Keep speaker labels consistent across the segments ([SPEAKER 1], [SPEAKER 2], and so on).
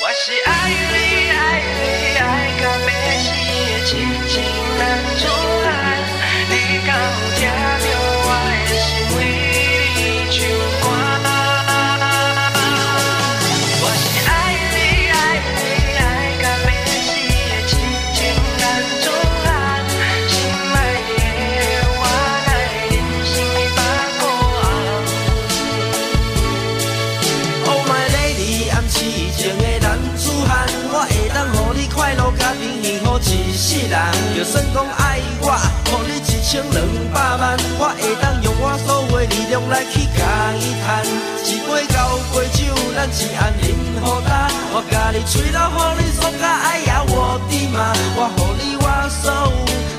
[SPEAKER 1] 我是爱你爱你爱到要死的痴情男子汉，你敢有听到我的心为你唱歌？我是爱你爱你爱到要死的痴情男子汉，心爱的我，咱的人生百苦红。Oh my lady，暗示情的男子汉，我会当互你快乐甲平幸福一世人。就算讲爱我，互你一千两百万，我会当用我所有的力量来去甲伊赚。一杯交杯酒，咱一暗饮好干，我甲你吹到，互你爽甲爱呀我的妈，我互你我所有，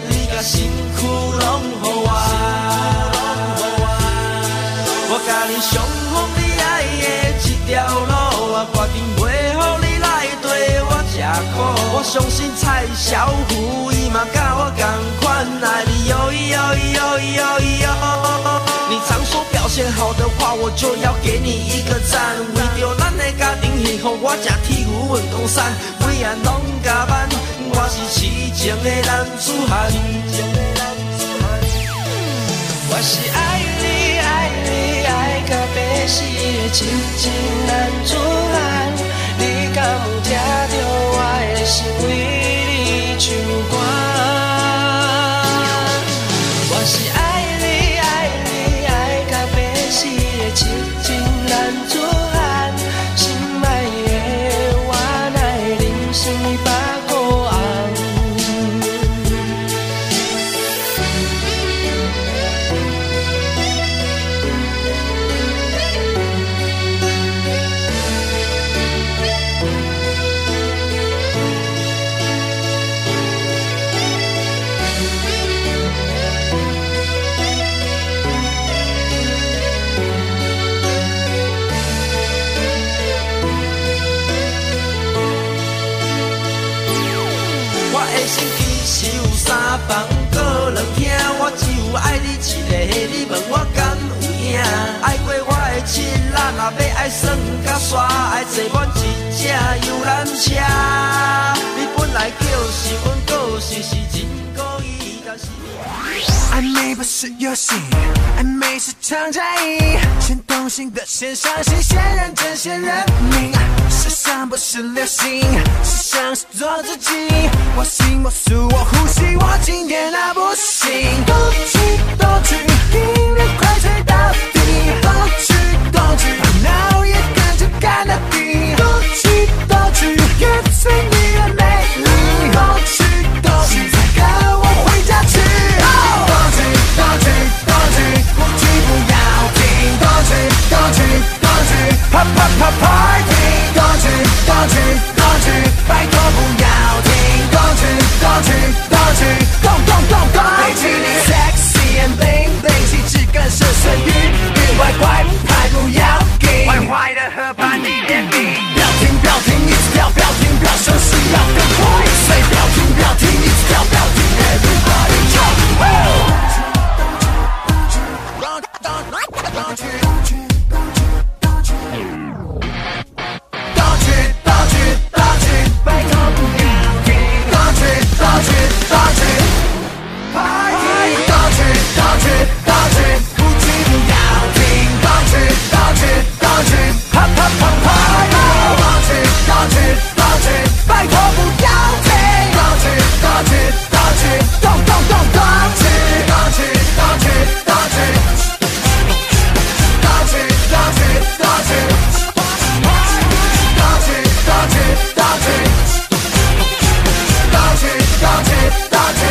[SPEAKER 1] 你甲身躯拢互我。我甲你上好你爱的一条路，我决定袂予你来对我吃苦。我相信蔡小虎伊嘛甲我同款爱你，哟咿哟咿哟咿哟咿哟。你常说表现好的话，我就要给你一个赞。为着咱的家庭幸福，我吃铁牛运江山，每晚拢加班。我是痴情的男子汉。我是爱你爱你爱到要死的痴情男子汉，你敢有听到我的心为你唱歌？我是爱你爱你爱到要死的痴情男子汉，心爱的我，咱的人生百苦红。我的心其实有三房过两厅，我只有爱你一个，你问我敢有影？爱过我的七咱若要爱耍甲耍，爱坐阮一只游览车。你本来就是阮个性是真故意，但是。
[SPEAKER 2] 暧昧不是游戏，暧昧是场战役。先动心的先伤心，先认真先认命。时尚不是流行，时尚是做自己。我行我素我呼吸，我今天那不行。动去动去，音乐快吹到底。动去动去，烦恼也跟着干到底。动去动去，越吹你越美丽。动去动去，再跟我回家去。动去动去动去，呼吸不要停。动去动去动去，啪啪啪 party。动去动去动去，拜托不要停。动去动去动去，动动动动起你 sexy and bling bling，气质更是神韵韵，乖乖态度要硬。
[SPEAKER 1] 坏的和盘一点比。
[SPEAKER 2] 不要停，不要停，一直跳，不要停，不要休息，要更快。所以不要停，不要停，一直跳，不要停，Everybody jump！道具，道具，道具，拜托不要停。道具，道具，道具，Party！道具，道具，道具，不急不要停。道具，道具，道具，啪啪啪 Party！道具，道具，道具，拜托不要停。道具，道具，道具，动动动道具，道具，道具，道具，道具，道具，道具。道具，道具，道具，道具，道具，道具。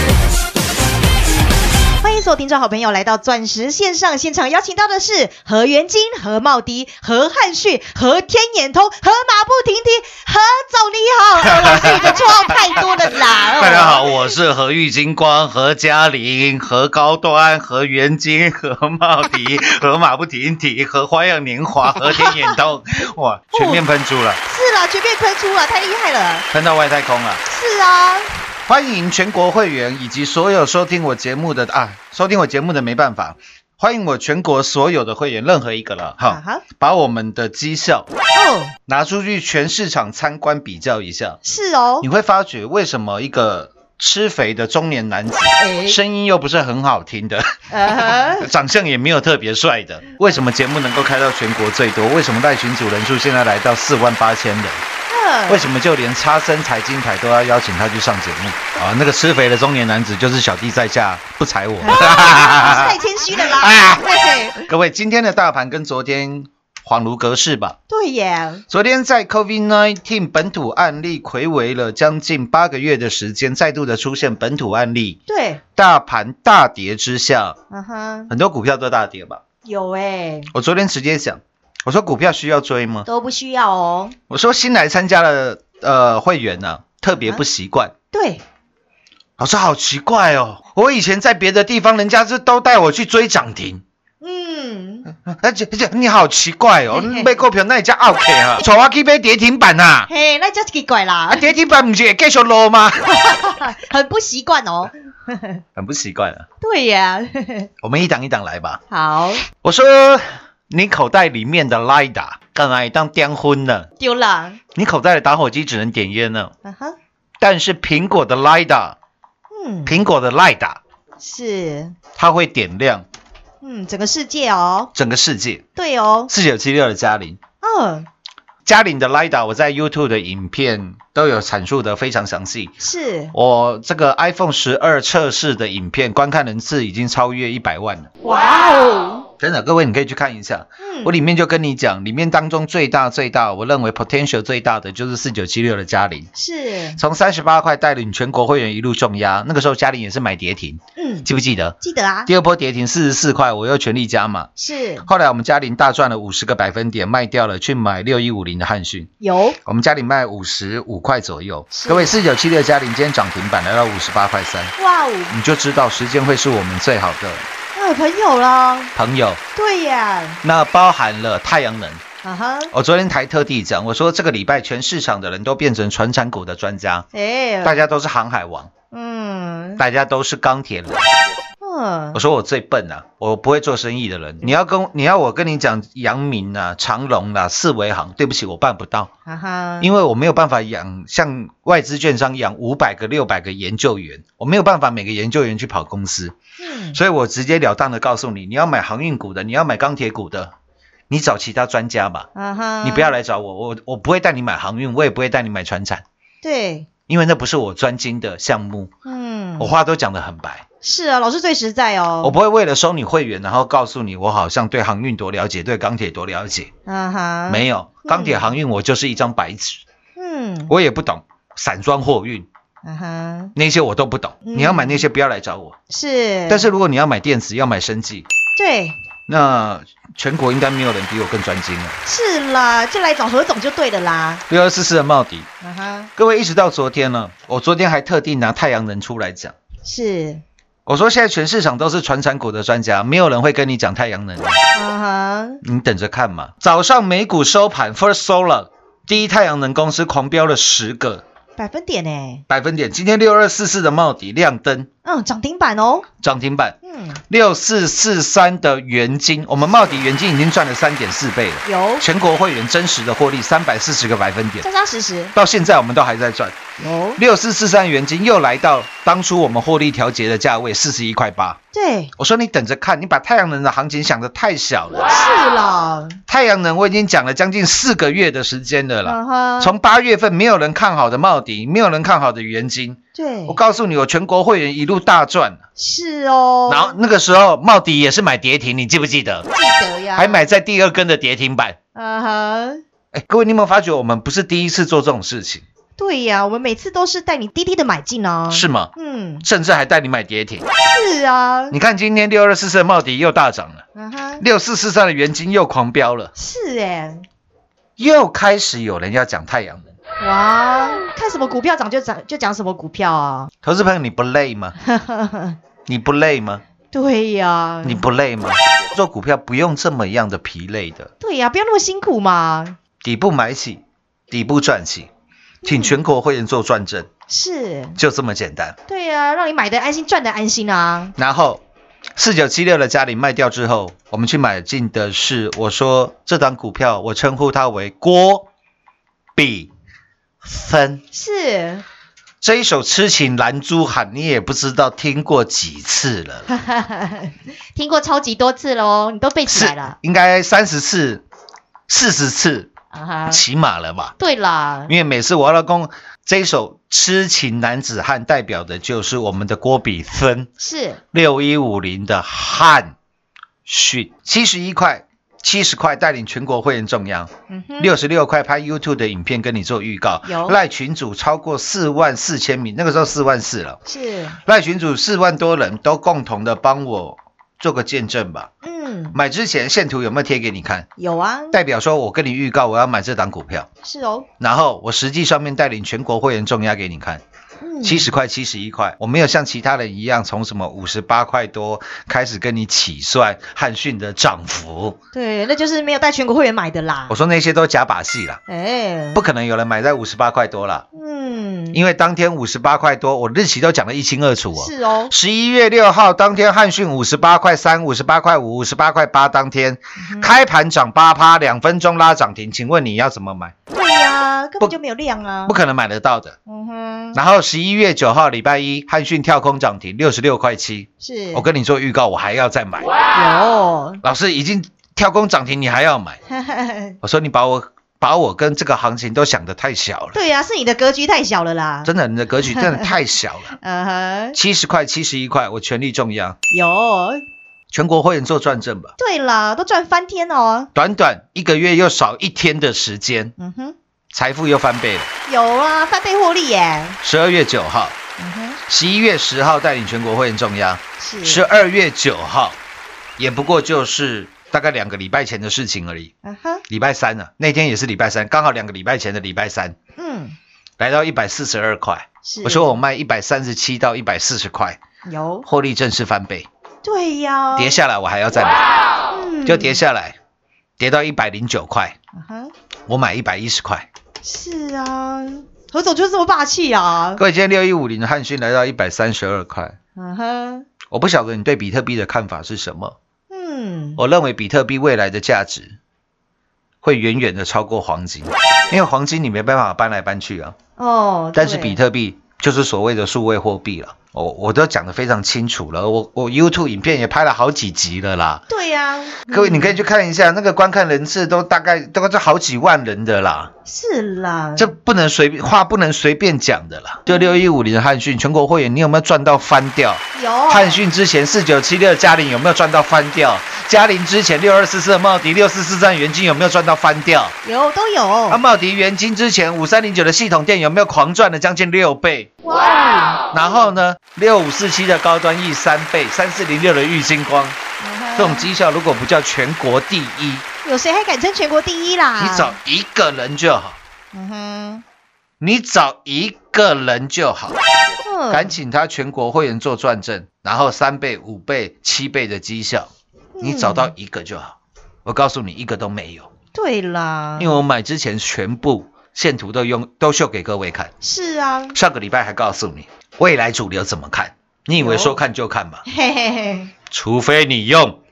[SPEAKER 3] 欢迎所有听众好朋友来到钻石线上现场，邀请到的是何元金、何茂迪、何汉旭、何天眼通、何马不停蹄、何总你好，哎自己的绰号太多了 啦。
[SPEAKER 4] 大家好，我是何玉金光、何嘉玲、何高端、何元金、何茂迪、何马不停蹄、何花样年华、何天眼 通，哇，全面喷出了，
[SPEAKER 3] 是啦，全面喷出了，太厉害了。
[SPEAKER 4] 喷到外太空了。
[SPEAKER 3] 是啊，
[SPEAKER 4] 欢迎全国会员以及所有收听我节目的啊，收听我节目的没办法，欢迎我全国所有的会员任何一个了
[SPEAKER 3] 啊
[SPEAKER 4] 哈，
[SPEAKER 3] 哈，
[SPEAKER 4] 把我们的绩效
[SPEAKER 3] 哦，
[SPEAKER 4] 拿出去全市场参观比较一下，
[SPEAKER 3] 是哦
[SPEAKER 4] 你，会发觉为什么一个吃肥的中年男子，
[SPEAKER 3] 哎
[SPEAKER 4] 声音又不是很好听的，
[SPEAKER 3] 呃呵，
[SPEAKER 4] 长相也没有特别帅的，为什么节目能够开到全国最多？为什么赖群组人数现在来到四万八千人？
[SPEAKER 3] 嗯
[SPEAKER 4] 为什么就连差生财经台都要邀请他去上节目啊？那个吃肥的中年男子就是小弟在下不踩我。哎
[SPEAKER 3] 太谦虚了啦。对
[SPEAKER 4] 各位，今天的大盘跟昨天恍如隔世吧。
[SPEAKER 3] 对耶，
[SPEAKER 4] 昨天在 COVID-19 本土案例睽违了将近八个月的时间，再度的出现本土案例，
[SPEAKER 3] 对，
[SPEAKER 4] 大盘大跌之下，
[SPEAKER 3] 嗯哼，
[SPEAKER 4] 很多股票都大跌吧。
[SPEAKER 3] 有哎，
[SPEAKER 4] 我昨天直接讲，我说股票需要追吗？
[SPEAKER 3] 都不需要哦。
[SPEAKER 4] 我说新来参加的呃会员呢、特别不习惯。
[SPEAKER 3] 对，
[SPEAKER 4] 我说好奇怪哦，我以前在别的地方，人家是都带我去追涨停，
[SPEAKER 3] 嗯，
[SPEAKER 4] 而且而且你好奇怪哦，
[SPEAKER 3] 嘿嘿
[SPEAKER 4] 你买股票那你叫 OK 啊，带我去买跌停板呐、
[SPEAKER 3] 嘿，那叫奇怪
[SPEAKER 4] 啊，啊
[SPEAKER 3] 啦，
[SPEAKER 4] 跌停板不是也继续落吗？
[SPEAKER 3] 很不习惯哦。
[SPEAKER 4] 很不习惯啊，
[SPEAKER 3] 对呀，
[SPEAKER 4] 我们一档一档来吧。
[SPEAKER 3] 好，
[SPEAKER 4] 我说你口袋里面的 Lida 干嘛也当颠昏了？
[SPEAKER 3] 丢了，
[SPEAKER 4] 你口袋的打火机只能点烟了，
[SPEAKER 3] 嗯哼，
[SPEAKER 4] 但是苹果的 Lida，
[SPEAKER 3] 嗯，
[SPEAKER 4] 苹果的 Lida
[SPEAKER 3] 是，
[SPEAKER 4] 它会点亮
[SPEAKER 3] 嗯，整个世界哦，
[SPEAKER 4] 整个世界。
[SPEAKER 3] 对哦，
[SPEAKER 4] 四九七六的嘉玲。
[SPEAKER 3] 嗯，
[SPEAKER 4] 嘉玲的 LiDA，我在 YouTube 的影片都有阐述的非常详细。
[SPEAKER 3] 是，
[SPEAKER 4] 我这个 iPhone 十二测试的影片观看人次已经超越一百万了，
[SPEAKER 3] 哇哦，
[SPEAKER 4] 真的，各位你可以去看一下。
[SPEAKER 3] 嗯
[SPEAKER 4] 我里面就跟你讲，里面当中最大最大，我认为 potential 最大的就是四九七六的嘉玲，
[SPEAKER 3] 是，
[SPEAKER 4] 从三十八块带领全国会员一路重压，那个时候嘉玲也是买跌停，
[SPEAKER 3] 嗯，
[SPEAKER 4] 记不记得？
[SPEAKER 3] 记得啊，
[SPEAKER 4] 第二波跌停四十四块，我又全力加码。
[SPEAKER 3] 是
[SPEAKER 4] 后来我们嘉玲大赚了五十个百分点，卖掉了去买六一五零的汉讯。
[SPEAKER 3] 有，
[SPEAKER 4] 我们家里卖五十五块左右，
[SPEAKER 3] 是
[SPEAKER 4] 各位四九七六嘉玲今天涨停板来到五十八块三，
[SPEAKER 3] 哇哦，
[SPEAKER 4] 你就知道时间会是我们最好的
[SPEAKER 3] 啊，朋友啦，
[SPEAKER 4] 朋友。
[SPEAKER 3] 对呀，
[SPEAKER 4] 那包含了太阳能，
[SPEAKER 3] 啊哈，
[SPEAKER 4] 我昨天才特地讲，我说这个礼拜全市场的人都变成传产股的专家，大
[SPEAKER 3] 哎，
[SPEAKER 4] 家都是航海王，
[SPEAKER 3] 嗯，
[SPEAKER 4] 大家都是钢铁人。
[SPEAKER 3] 嗯
[SPEAKER 4] 我，说我最笨啊，我不会做生意的人。你要跟你要我跟你讲阳明啊、长隆啊、四维行，对不起，我办不到，
[SPEAKER 3] 啊哈哈，
[SPEAKER 4] 因为我没有办法养像外资券商养五百个、六百个研究员，我没有办法每个研究员去跑公司，
[SPEAKER 3] 嗯，
[SPEAKER 4] 所以我直截了当的告诉你，你要买航运股的，你要买钢铁股的，你找其他专家吧，
[SPEAKER 3] 啊哈，
[SPEAKER 4] 你不要，来找我，我我不会带你买航运，我也不会带你买船产，
[SPEAKER 3] 对，
[SPEAKER 4] 因为那不是我专精的项目，
[SPEAKER 3] 嗯
[SPEAKER 4] 我，话都讲得很白，
[SPEAKER 3] 是啊，老师最实在哦，
[SPEAKER 4] 我不会为了收你会员，然后告诉你我好像对航运多了解，对钢铁多了解，
[SPEAKER 3] 啊哈，
[SPEAKER 4] 没有，钢铁
[SPEAKER 3] 嗯
[SPEAKER 4] 航运我就是一张白纸，
[SPEAKER 3] 嗯，
[SPEAKER 4] 我也不懂散装货运。
[SPEAKER 3] 啊哈，
[SPEAKER 4] 那些我都不懂，
[SPEAKER 3] 嗯
[SPEAKER 4] 你要买那些不要来找我。
[SPEAKER 3] 是，
[SPEAKER 4] 但是如果你要买电子，要买生技，
[SPEAKER 3] 对，
[SPEAKER 4] 那全国应该没有人比我更专精了。
[SPEAKER 3] 是啦，就来找何总就对了啦，
[SPEAKER 4] 六二四四的茂迪，
[SPEAKER 3] 啊哈，
[SPEAKER 4] 各位一直到昨天呢，我昨天还特地拿太阳能出来讲，
[SPEAKER 3] 是，
[SPEAKER 4] 我说现在全市场都是传产股的专家，没有人会跟你讲太阳能，
[SPEAKER 3] 啊哈，
[SPEAKER 4] 你等着看嘛。早上美股收盘，First Solar 第一太阳能公司狂飙了十个
[SPEAKER 3] 百分点呢，
[SPEAKER 4] 百分点，今天六二四四的茂迪亮灯
[SPEAKER 3] 嗯，涨停板哦，
[SPEAKER 4] 涨停板。
[SPEAKER 3] 嗯，
[SPEAKER 4] 六四四三的元金，我们茂迪元金已经赚了三点四倍了，
[SPEAKER 3] 有，
[SPEAKER 4] 全国会员真实的获利三百四十个百分点，
[SPEAKER 3] 扎扎实实，
[SPEAKER 4] 到现在我们都还在赚。
[SPEAKER 3] 有，
[SPEAKER 4] 六四四三元金又来到当初我们获利调节的价位四十一块八，
[SPEAKER 3] 对，
[SPEAKER 4] 我说你等着看，你把太阳能的行情想得太小了。
[SPEAKER 3] 是啦，
[SPEAKER 4] 太阳能我已经讲了将近四个月的时间了啦，
[SPEAKER 3] 啊哈，
[SPEAKER 4] 从八月份没有人看好的茂迪，没有人看好的元金，
[SPEAKER 3] 对
[SPEAKER 4] 我，告诉你，我全国会员一路大赚。
[SPEAKER 3] 是哦，
[SPEAKER 4] 然后那个时候茂迪也是买跌停，你记不记得？
[SPEAKER 3] 记得呀，
[SPEAKER 4] 还，买在第二根的跌停板。
[SPEAKER 3] 啊哈，
[SPEAKER 4] 哎，各位，你有没有发觉我们不是第一次做这种事情，
[SPEAKER 3] 对呀，我们每次都是带你低低的买进哦，
[SPEAKER 4] 是，吗？
[SPEAKER 3] 嗯，
[SPEAKER 4] 甚至还带你买跌停。
[SPEAKER 3] 是啊，
[SPEAKER 4] 你看今天六二四四的茂迪又大涨了，
[SPEAKER 3] 啊哈，
[SPEAKER 4] 六四四三的元金又狂飙了，
[SPEAKER 3] 是哎，
[SPEAKER 4] 又开始有人要讲太阳能。
[SPEAKER 3] 哇，看什么股票涨就涨就讲什么股票啊！
[SPEAKER 4] 投资朋友，你不 累吗？你不累吗？
[SPEAKER 3] 对呀、
[SPEAKER 4] 你不累吗？做股票不用这么样的疲累的，
[SPEAKER 3] 对呀、不要那么辛苦嘛。
[SPEAKER 4] 底部买起，底部赚起，请全国会员做转正，
[SPEAKER 3] 是，
[SPEAKER 4] 就这么简单。
[SPEAKER 3] 对呀、让你买的安心，赚的安心啊。
[SPEAKER 4] 然后四九七六的嘉里卖掉之后，我们去买进的是，我说这档股票我称呼它为郭比分。
[SPEAKER 3] 是，
[SPEAKER 4] 这一首《痴情蓝珠喊》，你也不知道听过几次 了，
[SPEAKER 3] 听过超级多次喽，你都背起来了
[SPEAKER 4] 应该三十次、四十次
[SPEAKER 3] 啊哈。
[SPEAKER 4] 起码了吧？
[SPEAKER 3] 对啦，
[SPEAKER 4] 因为每次我老公这一首《痴情男子汉》代表的就是我们的郭比分
[SPEAKER 3] 是
[SPEAKER 4] 六一五零的汉逊，七十一块、七十块带领全国会员中央，
[SPEAKER 3] 嗯哼
[SPEAKER 4] 六十六块拍 YouTube 的影片跟你做预告
[SPEAKER 3] 有，
[SPEAKER 4] 赖群主超过四万四千名，那个时候四万四了，
[SPEAKER 3] 是，
[SPEAKER 4] 赖群主四万多人都共同的帮我做个见证吧。
[SPEAKER 3] 嗯，
[SPEAKER 4] 买之前线图有没有贴给你看？
[SPEAKER 3] 有啊，
[SPEAKER 4] 代表说我跟你预告我要买这档股票，
[SPEAKER 3] 是哦，
[SPEAKER 4] 然后我实际上面带领全国会员重压给你看，
[SPEAKER 3] 嗯，
[SPEAKER 4] 七十块、七十一块，我没有像其他人一样从什么五十八块多开始跟你起算汉讯的涨幅，
[SPEAKER 3] 对，那就是没有带全国会员买的啦
[SPEAKER 4] 我。说那些都假把戏啦，
[SPEAKER 3] 哎，
[SPEAKER 4] 不可能有人买在五十八块多啦，
[SPEAKER 3] 嗯，
[SPEAKER 4] 因为当天五十八块多，我日期都讲得一清二楚哦。
[SPEAKER 3] 是哦，
[SPEAKER 4] 十一月六号当天，汉讯五十八块三、五十八块五、五十八块八当天、
[SPEAKER 3] 嗯
[SPEAKER 4] 开盘涨八趴，两分钟拉涨停，请问你要怎么买？
[SPEAKER 3] 对呀、根
[SPEAKER 4] 不
[SPEAKER 3] 本就没有量啊。
[SPEAKER 4] 不可能买得到的。
[SPEAKER 3] 嗯哼，
[SPEAKER 4] 然后十一月九号礼拜一，汉讯跳空涨停六十六块七，
[SPEAKER 3] 是，
[SPEAKER 4] 我跟你做预告，我还要再买。
[SPEAKER 3] 有，
[SPEAKER 4] 老师已经跳空涨停，你还要买？我说你把我把我跟这个行情都想得太小了，
[SPEAKER 3] 对呀、啊是你的格局太小了啦。
[SPEAKER 4] 真的，你的格局真的太小了。
[SPEAKER 3] 嗯哼，
[SPEAKER 4] 七十块、七十一块，我全力重压，
[SPEAKER 3] 有，
[SPEAKER 4] 全国会员做转正吧。
[SPEAKER 3] 对啦，都赚翻天哦。
[SPEAKER 4] 短短一个月又少一天的时间，
[SPEAKER 3] 嗯哼，
[SPEAKER 4] 财富又翻倍了。
[SPEAKER 3] 有啊，翻倍获利耶。
[SPEAKER 4] 十二月九号、
[SPEAKER 3] 嗯哼，
[SPEAKER 4] 十一月十号带领全国会员重压，
[SPEAKER 3] 是
[SPEAKER 4] 十，二月九号也不过就是大概两个礼拜前的事情而已。
[SPEAKER 3] 嗯哼，
[SPEAKER 4] 礼拜三啊，那天也是礼拜三，刚好两个礼拜前的礼拜三，
[SPEAKER 3] 嗯，
[SPEAKER 4] 来到一百四十二块。
[SPEAKER 3] 是。
[SPEAKER 4] 我说我卖一百三十七到一百四十块，
[SPEAKER 3] 有，
[SPEAKER 4] 获利正式翻倍，
[SPEAKER 3] 对呀、
[SPEAKER 4] 跌下来我还要再买，
[SPEAKER 3] 嗯
[SPEAKER 4] 就跌下来，跌到一百零九块，
[SPEAKER 3] 嗯哼，
[SPEAKER 4] 我买一百一十块。
[SPEAKER 3] 是啊，何总就是这么霸气啊。
[SPEAKER 4] 各位，今天六一五零的汉讯来到一百三十二块，
[SPEAKER 3] 嗯哼，
[SPEAKER 4] 我不晓得你对比特币的看法是什么。
[SPEAKER 3] 嗯，
[SPEAKER 4] 我认为比特币未来的价值会远远的超过黄金，因为黄金你没办法搬来搬去啊。
[SPEAKER 3] 哦，
[SPEAKER 4] 但是
[SPEAKER 3] 对
[SPEAKER 4] 比特币就是所谓的数位货币了。我我都讲得非常清楚了，我我 YouTube 影片也拍了好几集了啦。
[SPEAKER 3] 对呀、
[SPEAKER 4] 各位，你可以去看一下，那个观看人次都大概都这好几万人的啦，
[SPEAKER 3] 是啦，
[SPEAKER 4] 这不能随便话不能随便讲的啦。就六一五零的汉讯全国会员，你有没有赚到翻掉？
[SPEAKER 3] 有
[SPEAKER 4] 汉讯之前四九七六嘉玲有没有赚到翻掉？嘉玲之前六二四四的茂迪六四四三元金有没有赚到翻掉？
[SPEAKER 3] 有都有，
[SPEAKER 4] 啊，茂迪元金之前五三零九的系统店有没有狂赚了将近六倍？
[SPEAKER 3] 哇，
[SPEAKER 4] 然后呢，六五四七的高端 E 三倍，三四零六的玉金光，这种绩效如果不叫全国第一，
[SPEAKER 3] 嗯有谁还敢称全国第一啦？
[SPEAKER 4] 你找，一个人就好，
[SPEAKER 3] 嗯哼，
[SPEAKER 4] 你找一个人就好，
[SPEAKER 3] 嗯
[SPEAKER 4] 敢请他全国会员做转正，然后三倍、五倍、七倍的绩效，你找到一个就好。我告诉你，一个都没有，
[SPEAKER 3] 对啦，
[SPEAKER 4] 因为我买之前全部线图都用都秀给各位看，
[SPEAKER 3] 是啊，
[SPEAKER 4] 上个礼拜还告诉你未来主流怎么看，你以为说看就看吗？
[SPEAKER 3] 嘿嘿嘿，
[SPEAKER 4] 除非你用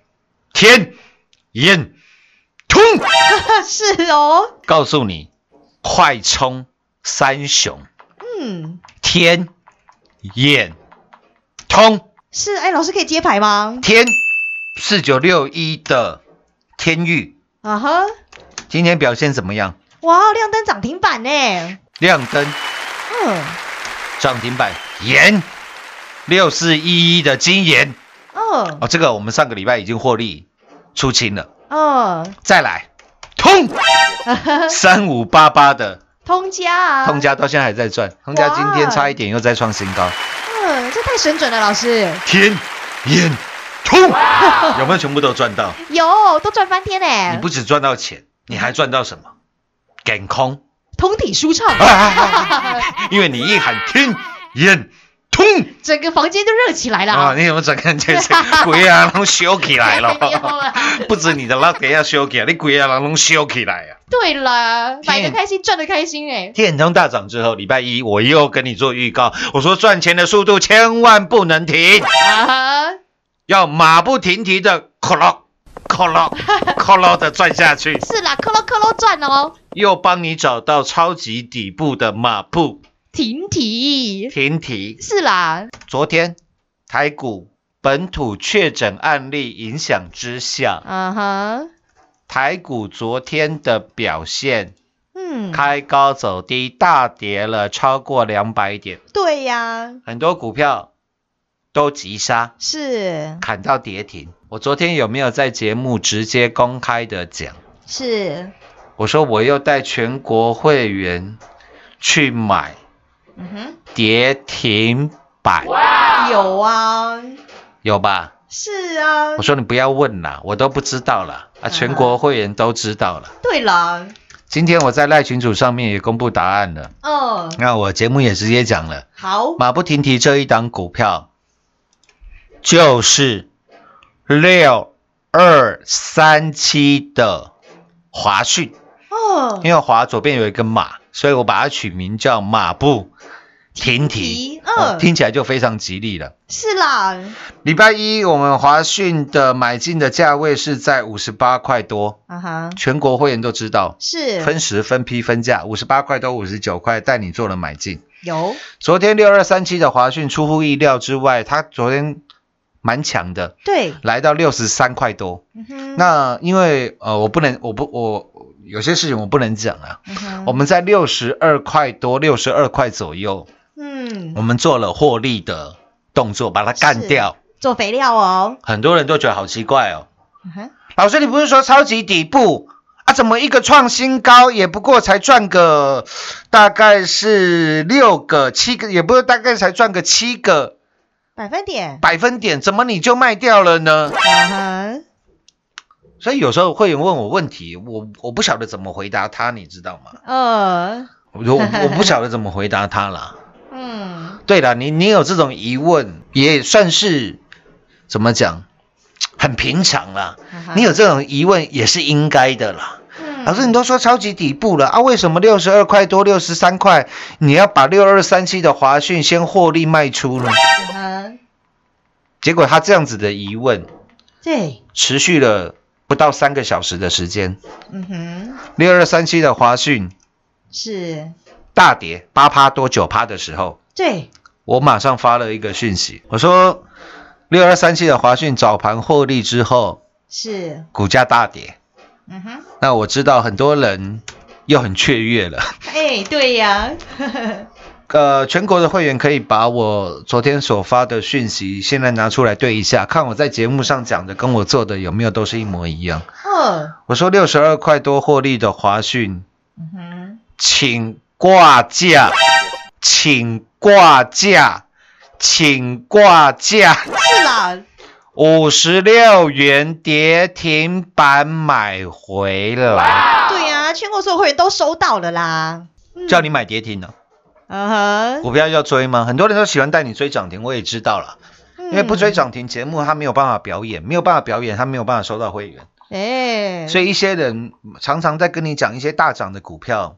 [SPEAKER 4] 天眼通
[SPEAKER 3] 是哦，
[SPEAKER 4] 告诉你，快充三雄
[SPEAKER 3] 嗯，
[SPEAKER 4] 天眼通
[SPEAKER 3] 是，哎，老师可以揭牌吗？
[SPEAKER 4] 天四九六一的天域
[SPEAKER 3] 啊哈，
[SPEAKER 4] 今天表现怎么样？
[SPEAKER 3] 哇，亮灯涨停板呢，
[SPEAKER 4] 亮灯
[SPEAKER 3] 嗯，
[SPEAKER 4] 涨停板盐六四一一的金盐
[SPEAKER 3] 哦，
[SPEAKER 4] 哦，这个我们上个礼拜已经获利出清了，
[SPEAKER 3] 哦，
[SPEAKER 4] 再来通三五八八的
[SPEAKER 3] 通家啊，
[SPEAKER 4] 通，家到现在还在赚，通家今天差一点又再创新高。
[SPEAKER 3] 嗯，这太神准了，老师，
[SPEAKER 4] 天眼通有没有全部都赚到？
[SPEAKER 3] 有都赚翻天呢，
[SPEAKER 4] 你不只赚到钱，你还赚到什么？健康，
[SPEAKER 3] 通体舒畅，
[SPEAKER 4] 因为你一喊听烟通
[SPEAKER 3] 整个房间就热起来了
[SPEAKER 4] 啊，
[SPEAKER 3] 啊。
[SPEAKER 4] 你怎么整个人就是鬼啊， 拢烧起来
[SPEAKER 3] 没有
[SPEAKER 4] 了。
[SPEAKER 3] 啦
[SPEAKER 4] 不止你的那个要烧起来，你鬼啊，拢烧起来啊！
[SPEAKER 3] 对啦，买的
[SPEAKER 4] 天
[SPEAKER 3] 开心，赚的开心哎、
[SPEAKER 4] 天通大涨之后，礼拜一我又跟你做预告，我说赚钱的速度千万不能停，
[SPEAKER 3] 啊哈，
[SPEAKER 4] 要马不停蹄的 clock clock clock 的赚下去。
[SPEAKER 3] 是啦，克喽克喽赚哦，
[SPEAKER 4] 又帮你找到超级底部的马步
[SPEAKER 3] 停体
[SPEAKER 4] 停蹄。
[SPEAKER 3] 是啦，
[SPEAKER 4] 昨天台股本土确诊案例影响之下，
[SPEAKER 3] 啊哈，
[SPEAKER 4] 台股昨天的表现
[SPEAKER 3] 嗯，
[SPEAKER 4] 开高走低，大跌了超过两百点，
[SPEAKER 3] 对呀、
[SPEAKER 4] 很多股票都急杀，
[SPEAKER 3] 是
[SPEAKER 4] 砍到跌停。我昨天有没有在节目直接公开的讲？
[SPEAKER 3] 是，
[SPEAKER 4] 我说我又带全国会员去买
[SPEAKER 3] 嗯
[SPEAKER 4] 跌停板，
[SPEAKER 3] 哼，有啊，
[SPEAKER 4] 有吧？
[SPEAKER 3] 是啊
[SPEAKER 4] 我，说你不要问啦，我都不知道啦，啊，
[SPEAKER 3] 嗯
[SPEAKER 4] 全国会员都知道了。
[SPEAKER 3] 对了，
[SPEAKER 4] 今天我在赖群组上面也公布答案了，
[SPEAKER 3] 嗯，
[SPEAKER 4] 那我节目也直接讲了，
[SPEAKER 3] 好，
[SPEAKER 4] 马不停蹄这一档股票就是六二三七的华讯，
[SPEAKER 3] 哦，
[SPEAKER 4] 因为华左边有一个马，所以我把它取名叫马不停蹄，
[SPEAKER 3] 蹄，
[SPEAKER 4] 哦
[SPEAKER 3] 嗯，
[SPEAKER 4] 听起来就非常吉利了。
[SPEAKER 3] 是啦，
[SPEAKER 4] 礼拜一我们华讯的买进的价位是在五十八块多。
[SPEAKER 3] 啊哈，
[SPEAKER 4] 全国会员都知道，
[SPEAKER 3] 是
[SPEAKER 4] 分时、分批、分价，五十八块到五十九块，带你做了买进。
[SPEAKER 3] 有，
[SPEAKER 4] 昨天六二三七的华讯出乎意料之外，它昨天蛮强的，
[SPEAKER 3] 对，
[SPEAKER 4] 来到六十三块多。
[SPEAKER 3] 嗯哼，
[SPEAKER 4] 那因为呃，我不能，我不，我有些事情我不能讲啊。
[SPEAKER 3] 嗯哼
[SPEAKER 4] 我们在六十二块多、六十二块左右，我
[SPEAKER 3] 嗯，
[SPEAKER 4] 们做了获利的动作，把它干掉。
[SPEAKER 3] 做肥料哦，
[SPEAKER 4] 很多人都觉得好奇怪哦，
[SPEAKER 3] 嗯哼，
[SPEAKER 4] 老师，你不是说超级底部啊？怎么一个创新高也不过才赚个大概是六个、七个，也不是大概才赚个七个
[SPEAKER 3] 百分点，
[SPEAKER 4] 百分点，怎么你就卖掉了呢？
[SPEAKER 3] 嗯哼，
[SPEAKER 4] 所以有时候会员问我问题，我我不晓得怎么回答他，你知道吗？
[SPEAKER 3] 呃，
[SPEAKER 4] 我我我不晓得怎么回答他啦。
[SPEAKER 3] 嗯，
[SPEAKER 4] 对了，你你有这种疑问也算是怎么讲，很平常啦。
[SPEAKER 3] 啊哈
[SPEAKER 4] 你，有这种疑问也是应该的啦。
[SPEAKER 3] 嗯
[SPEAKER 4] 老师，你都说超级底部了啊，为什么六十二块多、六十三块，你要把六二三七的华讯先获利卖出呢？
[SPEAKER 3] 嗯哼
[SPEAKER 4] 结果他这样子的疑问
[SPEAKER 3] 对，
[SPEAKER 4] 持续了不到三个小时的时间，
[SPEAKER 3] 嗯哼，
[SPEAKER 4] 六二三七的华讯
[SPEAKER 3] 是，
[SPEAKER 4] 大跌八趴多九趴的时候，
[SPEAKER 3] 对，
[SPEAKER 4] 我马上发了一个讯息，我说六二三七的华讯早盘获利之后，
[SPEAKER 3] 是，
[SPEAKER 4] 股价大跌，
[SPEAKER 3] 嗯哼，
[SPEAKER 4] 那我知道很多人又很雀跃了。
[SPEAKER 3] 哎，对呀，
[SPEAKER 4] 呃，全国的会员可以把我昨天所发的讯息现在拿出来对一下，看我在节目上讲的跟我做的有没有都是一模一样。
[SPEAKER 3] 哦，
[SPEAKER 4] 我说六十二块多获利的华讯，
[SPEAKER 3] 嗯哼，
[SPEAKER 4] 请挂价，请挂价，请挂价，
[SPEAKER 3] 是啦，
[SPEAKER 4] 五十六元跌停板买回来，
[SPEAKER 3] 对呀，全国所有会员都收到了啦，
[SPEAKER 4] 叫你买跌停了，
[SPEAKER 3] 嗯哼，
[SPEAKER 4] 股票要追吗？很多人都喜欢带你追涨停，我也知道了。因为不追涨停节目，他没有办法表演，没有办法表演，他没有办法收到会员，
[SPEAKER 3] 哎，
[SPEAKER 4] 所以一些人常常在跟你讲一些大涨的股票，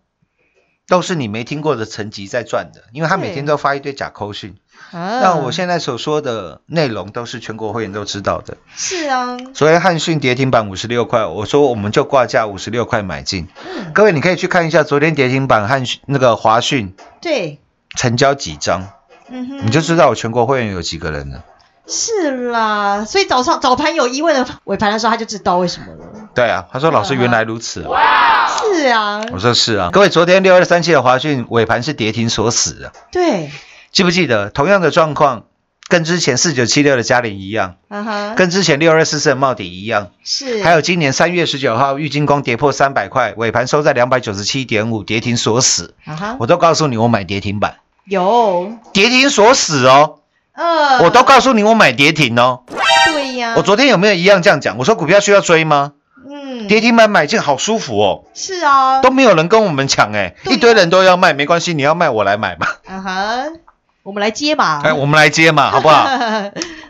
[SPEAKER 4] 都是你没听过的层级在赚的，因为他每天都发一堆假扣讯。那
[SPEAKER 1] 嗯
[SPEAKER 3] 那
[SPEAKER 4] 我现在所说的内容都是全国会员都知道的。
[SPEAKER 3] 是啊，
[SPEAKER 4] 昨天汉讯跌停板五十六块，我说我们就挂价五十六块买进，
[SPEAKER 3] 嗯，
[SPEAKER 4] 各位你可以去看一下昨天跌停板汉讯那个华讯
[SPEAKER 3] 对，
[SPEAKER 4] 成交几张，
[SPEAKER 3] 嗯哼，
[SPEAKER 4] 你就知道我全国会员有几个人了。
[SPEAKER 3] 是啦，所以早上早盘有疑问的，尾盘的时候他就知道为什么了。
[SPEAKER 4] 对啊，他说老师原来如此啊。
[SPEAKER 3] 是啊，
[SPEAKER 4] 我说是啊，各位，昨天六二三七的华讯尾盘是跌停锁死的，
[SPEAKER 3] 对，
[SPEAKER 4] 记不记得？同样的状况，跟之前四九七六的嘉玲一样，
[SPEAKER 3] 啊哈，
[SPEAKER 4] 跟之前六二四四的茂鼎一样，
[SPEAKER 3] 是，
[SPEAKER 4] 还有今年三月十九号玉金光跌破三百块，尾盘收在两百九十七点五，跌停锁死。
[SPEAKER 3] 啊哈，
[SPEAKER 4] 我都告诉你，我买跌停板，
[SPEAKER 3] 有，
[SPEAKER 4] 跌停锁死哦，
[SPEAKER 3] 呃，
[SPEAKER 4] 我都告诉你，我买跌停哦。
[SPEAKER 3] 对呀，
[SPEAKER 4] 我昨天有没有一样这样讲？我说股票需要追吗？
[SPEAKER 3] 嗯，嗯，
[SPEAKER 4] 跌停板买进好舒服哦，
[SPEAKER 3] 是哦，
[SPEAKER 4] 都没有人跟我们抢哎，
[SPEAKER 3] 对啊
[SPEAKER 4] 一堆人都要卖，没关系，你要卖我来买嘛，
[SPEAKER 3] 嗯哼，我们来接嘛，
[SPEAKER 4] 哎，我们来接嘛，好 不好？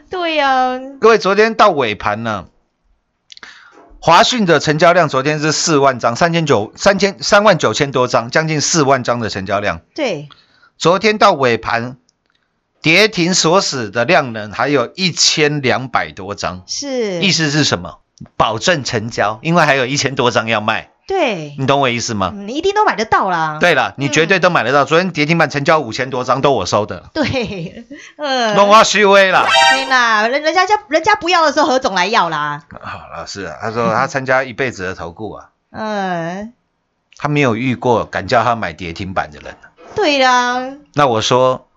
[SPEAKER 3] 对呀，
[SPEAKER 4] 各位，昨天到尾盘呢，华讯的成交量昨天是四万张，三千九三千三万九千多张，将近四万张的成交量。
[SPEAKER 3] 对，
[SPEAKER 4] 昨天到尾盘，跌停所使的量能还有一千两百多张，
[SPEAKER 3] 是，
[SPEAKER 4] 意思是什么？保证成交，因为还有一千多张要卖，
[SPEAKER 3] 对，
[SPEAKER 4] 你懂我意思吗？
[SPEAKER 3] 嗯嗯，一嗯定都买得到啦，
[SPEAKER 4] 对了，你绝对都买得到。昨天跌停板成交五千多张，都我收的，
[SPEAKER 3] 对，呃，
[SPEAKER 4] 弄花虚微 了。
[SPEAKER 3] 对啦，人人家家人家不要的时候，何总来要啦，
[SPEAKER 4] 啊，老师啊，他说他参加一辈子的投顾啊，
[SPEAKER 3] 嗯，
[SPEAKER 4] 他没有遇过敢叫他买跌停板的人。
[SPEAKER 3] 对啦，
[SPEAKER 4] 那我说，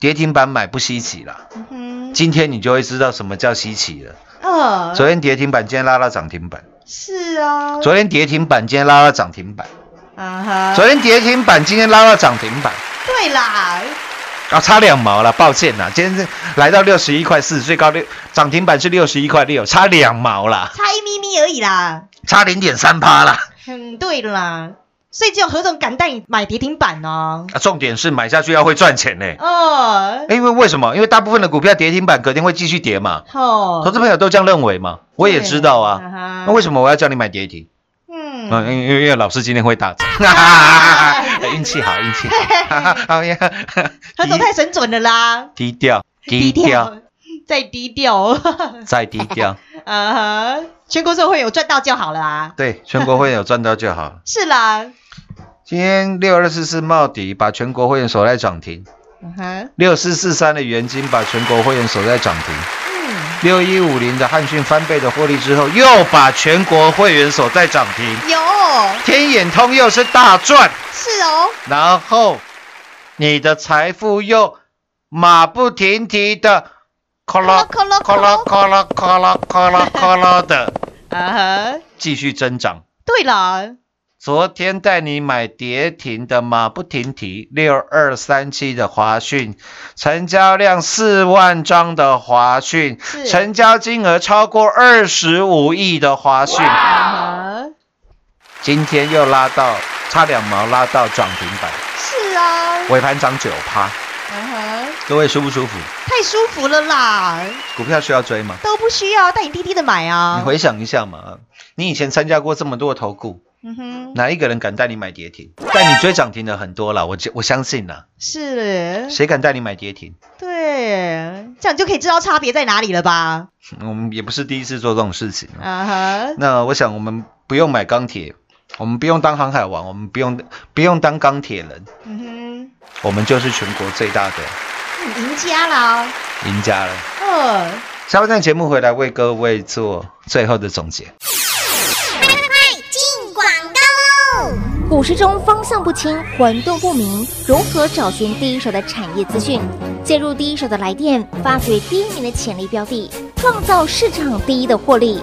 [SPEAKER 4] 跌停板买不稀奇啦，
[SPEAKER 3] 嗯哼，
[SPEAKER 4] 今天你就会知道什么叫稀奇了。
[SPEAKER 3] 呃，
[SPEAKER 4] 昨天跌停板，今天拉到涨停板；
[SPEAKER 3] 是啊，
[SPEAKER 4] 昨天跌停板，今天拉到涨停板；
[SPEAKER 3] 啊哈，
[SPEAKER 4] 昨天跌停板，今天拉到涨停板。
[SPEAKER 3] 对啦，
[SPEAKER 4] 啊，差两毛了，抱歉啦，今天是来到六十一块四，最高六涨停板是六十一块六，差两毛啦，
[SPEAKER 3] 差一咪咪而已啦，
[SPEAKER 4] 差零点三趴啦。
[SPEAKER 3] 嗯，对啦，所以只有何总敢带你买跌停板哦，
[SPEAKER 4] 啊，重点是买下去要会赚钱呢、
[SPEAKER 3] 哦，
[SPEAKER 4] 因为为什么？因为大部分的股票跌停板隔天会继续跌嘛，
[SPEAKER 3] 好，
[SPEAKER 4] 投资朋友都这样认为嘛，我也知道啊。那为
[SPEAKER 3] 什
[SPEAKER 4] 什么我要叫你买跌停？
[SPEAKER 3] 嗯
[SPEAKER 4] 嗯，因为因为老师今天会大涨，哈哈哈哈运气好，运气好，哈哈好呀，
[SPEAKER 3] 何总太神准了啦，
[SPEAKER 4] 低低调，低调，，
[SPEAKER 3] 再低调，
[SPEAKER 4] 再低调，
[SPEAKER 3] 啊哈，全国社会有赚到就好了啦，
[SPEAKER 4] 对，全国会员有赚到就好。
[SPEAKER 3] 是啦，
[SPEAKER 4] 今天六二四四茂迪把全国会员锁在涨停，
[SPEAKER 3] 嗯哼，
[SPEAKER 4] 六四四三的元金把全国会员锁在涨停，
[SPEAKER 3] 嗯，
[SPEAKER 4] 六一五零的汉讯翻倍的获利之后，又把全国会员锁在涨停，
[SPEAKER 3] 有，
[SPEAKER 4] 天眼通又是大赚。
[SPEAKER 3] 是哦，
[SPEAKER 4] 然后你的财富又马不停蹄的，咔啦
[SPEAKER 5] 咔啦
[SPEAKER 4] 咔
[SPEAKER 5] 咔
[SPEAKER 4] 啦
[SPEAKER 5] 啦
[SPEAKER 4] 咔啦咔啦咔啦咔啦的
[SPEAKER 3] 啊哈，
[SPEAKER 4] 继续增长。
[SPEAKER 3] 对啦，
[SPEAKER 4] 昨天带你买跌停的马不停蹄，六二三七的华讯，成交量四万张的华讯，
[SPEAKER 3] 是
[SPEAKER 4] 成交金额超过二十五亿的华讯，
[SPEAKER 3] 啊哈，
[SPEAKER 4] 今天又拉到差两毛拉到涨停板，
[SPEAKER 3] 是啊，
[SPEAKER 4] 尾盘涨九趴，
[SPEAKER 3] 啊哈，
[SPEAKER 4] 各位舒不舒服？
[SPEAKER 3] 太舒服了啦，
[SPEAKER 4] 股票需要追吗？
[SPEAKER 3] 都不需要带你滴滴的买啊，
[SPEAKER 4] 你回想一下嘛，你以前参加过这么多的投顾，
[SPEAKER 3] 嗯哼，
[SPEAKER 4] 哪一个人敢带你买跌停？带你追涨停的很多啦，我就我相信啦，
[SPEAKER 3] 是，
[SPEAKER 4] 谁敢带你买跌停？
[SPEAKER 3] 对，这样你就可以知道差别在哪里了吧？
[SPEAKER 4] 我们也不是第一次做这种事情。
[SPEAKER 3] 啊哈，
[SPEAKER 4] 那我想我们不用买钢铁，我们不用当航海王，我们不用不用当钢铁人，
[SPEAKER 3] 嗯
[SPEAKER 4] 我们就是全国最大的
[SPEAKER 3] 哼，赢家啦，
[SPEAKER 4] 赢家了。
[SPEAKER 3] 呃，
[SPEAKER 4] 下半段节目回来为各位做最后的总结。
[SPEAKER 5] 进广告喽！股市中方向不清、混沌不明，如何找寻第一手的产业资讯？介入第一手的来电，发掘第一名的潜力标的，创造市场第一的获利。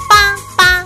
[SPEAKER 5] 八八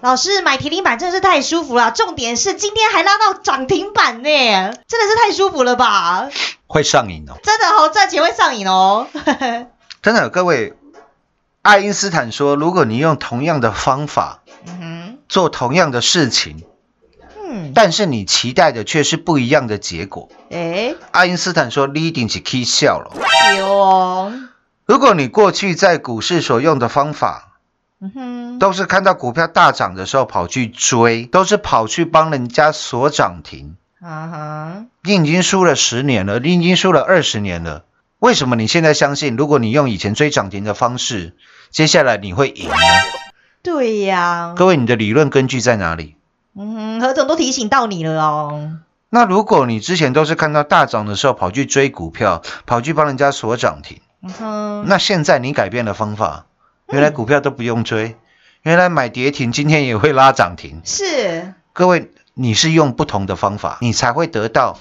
[SPEAKER 3] 老师买停停板真的是太舒服了，重点是今天还拉到涨停板呢，真的是太舒服了吧？
[SPEAKER 4] 会上瘾哦，
[SPEAKER 3] 真的好、赚钱会上瘾哦，
[SPEAKER 4] 真的，各位，爱因斯坦说，如果你用同样的方法
[SPEAKER 3] 嗯
[SPEAKER 4] 做同样的事情，
[SPEAKER 3] 哼，嗯，
[SPEAKER 4] 但是你期待的却是不一样的结果。
[SPEAKER 3] 哎，
[SPEAKER 4] 爱因斯坦说，leading 是 key 笑了。
[SPEAKER 3] 有哦，
[SPEAKER 4] 如果你过去在股市所用的方法，
[SPEAKER 3] 嗯哼，
[SPEAKER 4] 都是看到股票大涨的时候跑去追，都是跑去帮人家锁涨停，
[SPEAKER 3] 啊哈，
[SPEAKER 4] 你已经输了十年了，你已经输了二十年了，为什么你现在相信，如果你用以前追涨停的方式，接下来你会赢呢？
[SPEAKER 5] 对呀、
[SPEAKER 4] 各位，你的理论根据在哪里？
[SPEAKER 5] 嗯，何总都提醒到你了哦。
[SPEAKER 4] 那如果你之前都是看到大涨的时候跑去追股票，跑去帮人家锁涨停，
[SPEAKER 5] 嗯哼，嗯
[SPEAKER 4] 那现在你改变了方法，原来股票都不用追，原来买跌停，今天也会拉涨停。
[SPEAKER 5] 是，
[SPEAKER 4] 各位，你是用不同的方法，你才会得到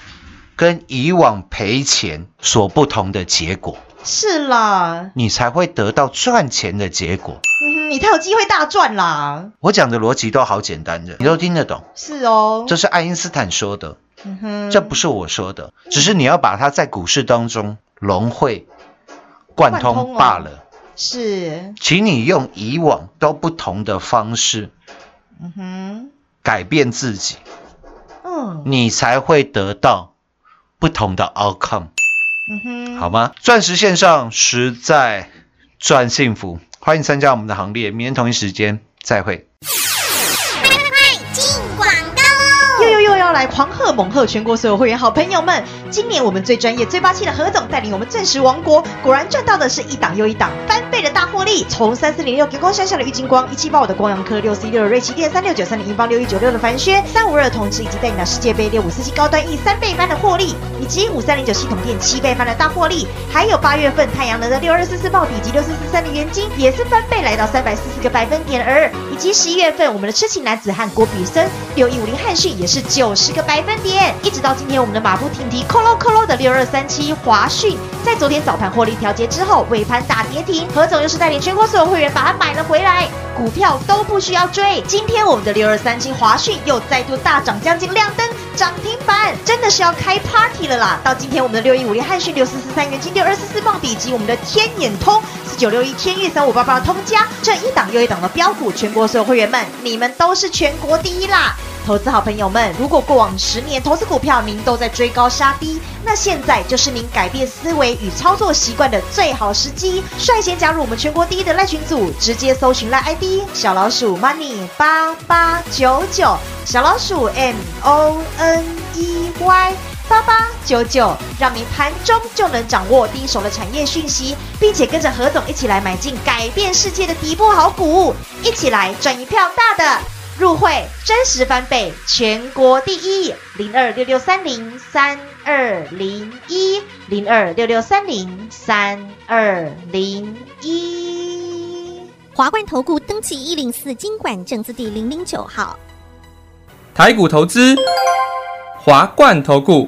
[SPEAKER 4] 跟以往赔钱所不同的结果，
[SPEAKER 5] 是啦，
[SPEAKER 4] 你才会得到赚钱的结果。
[SPEAKER 5] 嗯哼，你才有机会大赚啦。
[SPEAKER 4] 我讲的逻辑都好简单的，你都听得懂。
[SPEAKER 5] 是哦，
[SPEAKER 4] 这是爱因斯坦说的，
[SPEAKER 5] 嗯哼，
[SPEAKER 4] 这不是我说的，只是你要把它在股市当中融会贯
[SPEAKER 5] 贯通
[SPEAKER 4] 通
[SPEAKER 5] 哦
[SPEAKER 4] 罢了。
[SPEAKER 5] 是，
[SPEAKER 4] 请你用以往都不同的方式
[SPEAKER 5] 嗯哼，
[SPEAKER 4] 改变自己，
[SPEAKER 5] 嗯，
[SPEAKER 4] 你才会得到不同的 outcome。
[SPEAKER 5] 嗯哼，
[SPEAKER 4] 好吗？钻石线上实在赚幸福，欢迎参加我们的行列。明天同一时间再会。
[SPEAKER 6] 进广告喽！
[SPEAKER 5] 又又又要来狂贺猛贺全国所有会员好朋友们！今年我们最专业、最霸气的何总带领我们钻石王国，果然赚到的是一档又一档翻倍的大获利。从三四零六给光闪闪的郁金光，一七八五的光阳科，六四一六的瑞奇电，三六九三的银邦，六一九六的凡轩，三五二的同志，以及带领的世界杯六五四七高端 E 三倍翻的获利，以及五三零九系统店七倍翻的大获利，还有八月份太阳能的六二四四爆底以及六四四三的元金也是翻倍来到三百四十个百分点而，以及十一月份我们的痴情男子汉郭比森六一五零汉逊也是九十个百分点，一直到今天我们的马不停蹄，扣喽扣喽的六二三七华讯，在昨天早盘获利调节之后，尾盘打跌停，何总又是带领全国所有会员把它买了回来，股票都不需要追。今天我们的六二三七华讯又再度大涨，将近亮灯涨停板，真的是要开 party 了啦！到今天我们的六一五零汉讯、六四四三元金、六二四四棒底以及我们的天眼通四九六一天域三五八八的通家，这一档又一档的标股，全国所有会员们，你们都是全国第一啦！投资好朋友们，如果过往十年投资股票您都在追高杀低，那现在就是您改变思维与操作习惯的最好时机。率先加入我们全国第一的赖群组，直接搜寻赖 ID 小老鼠 money 八八九九，小老鼠 m o n e y 八八九九，让您盘中就能掌握第一手的产业讯息，并且跟着何总一起来买进改变世界的底部好股，一起来赚一票大的。入会真实翻倍，全国第一，零二六六三零三二零一，零二六六三零三二零一。
[SPEAKER 6] 华冠投顾登记一零四经管证字第零零九号。
[SPEAKER 7] 台股投资，华冠投顾。